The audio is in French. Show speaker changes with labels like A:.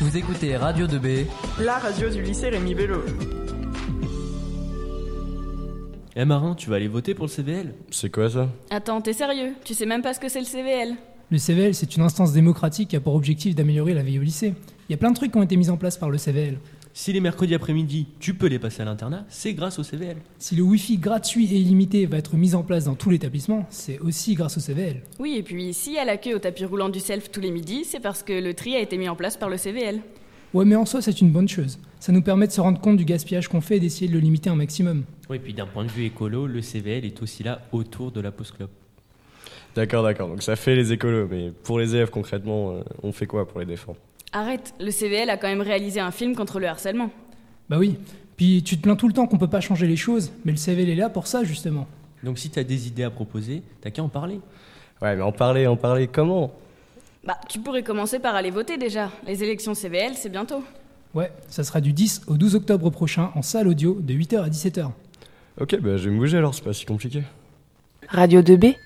A: Vous écoutez Radio 2B.
B: La radio du lycée Rémi Bello.
C: Eh Marin, tu vas aller voter pour le CVL
D: C'est quoi ça
E: Attends, t'es sérieux Tu sais même pas ce que c'est le CVL
F: Le CVL, c'est une instance démocratique qui a pour objectif d'améliorer la vie au lycée. Il y a plein de trucs qui ont été mis en place par le CVL.
C: Si les mercredis après-midi, tu peux les passer à l'internat, c'est grâce au CVL.
F: Si le Wi-Fi gratuit et illimité va être mis en place dans tout l'établissement, c'est aussi grâce au CVL.
E: Oui, et puis s'il y a la queue au tapis roulant du self tous les midis, c'est parce que le tri a été mis en place par le CVL.
F: Ouais, mais en soi, c'est une bonne chose. Ça nous permet de se rendre compte du gaspillage qu'on fait et d'essayer de le limiter un maximum.
C: Oui, puis d'un point de vue écolo, le CVL est aussi là autour de la pause club.
D: D'accord, d'accord. Donc ça fait les écolos, mais pour les élèves concrètement, euh, on fait quoi pour les défendre
E: Arrête, le CVL a quand même réalisé un film contre le harcèlement.
F: Bah oui. Puis tu te plains tout le temps qu'on peut pas changer les choses, mais le CVL est là pour ça justement.
C: Donc si t'as des idées à proposer, t'as qu'à en parler.
D: Ouais, mais en parler, en parler, comment
E: Bah, tu pourrais commencer par aller voter déjà. Les élections CVL, c'est bientôt.
F: Ouais, ça sera du 10 au 12 octobre prochain en salle audio de 8h à 17h.
D: Ok, bah je vais me bouger alors, c'est pas si compliqué.
G: Radio 2B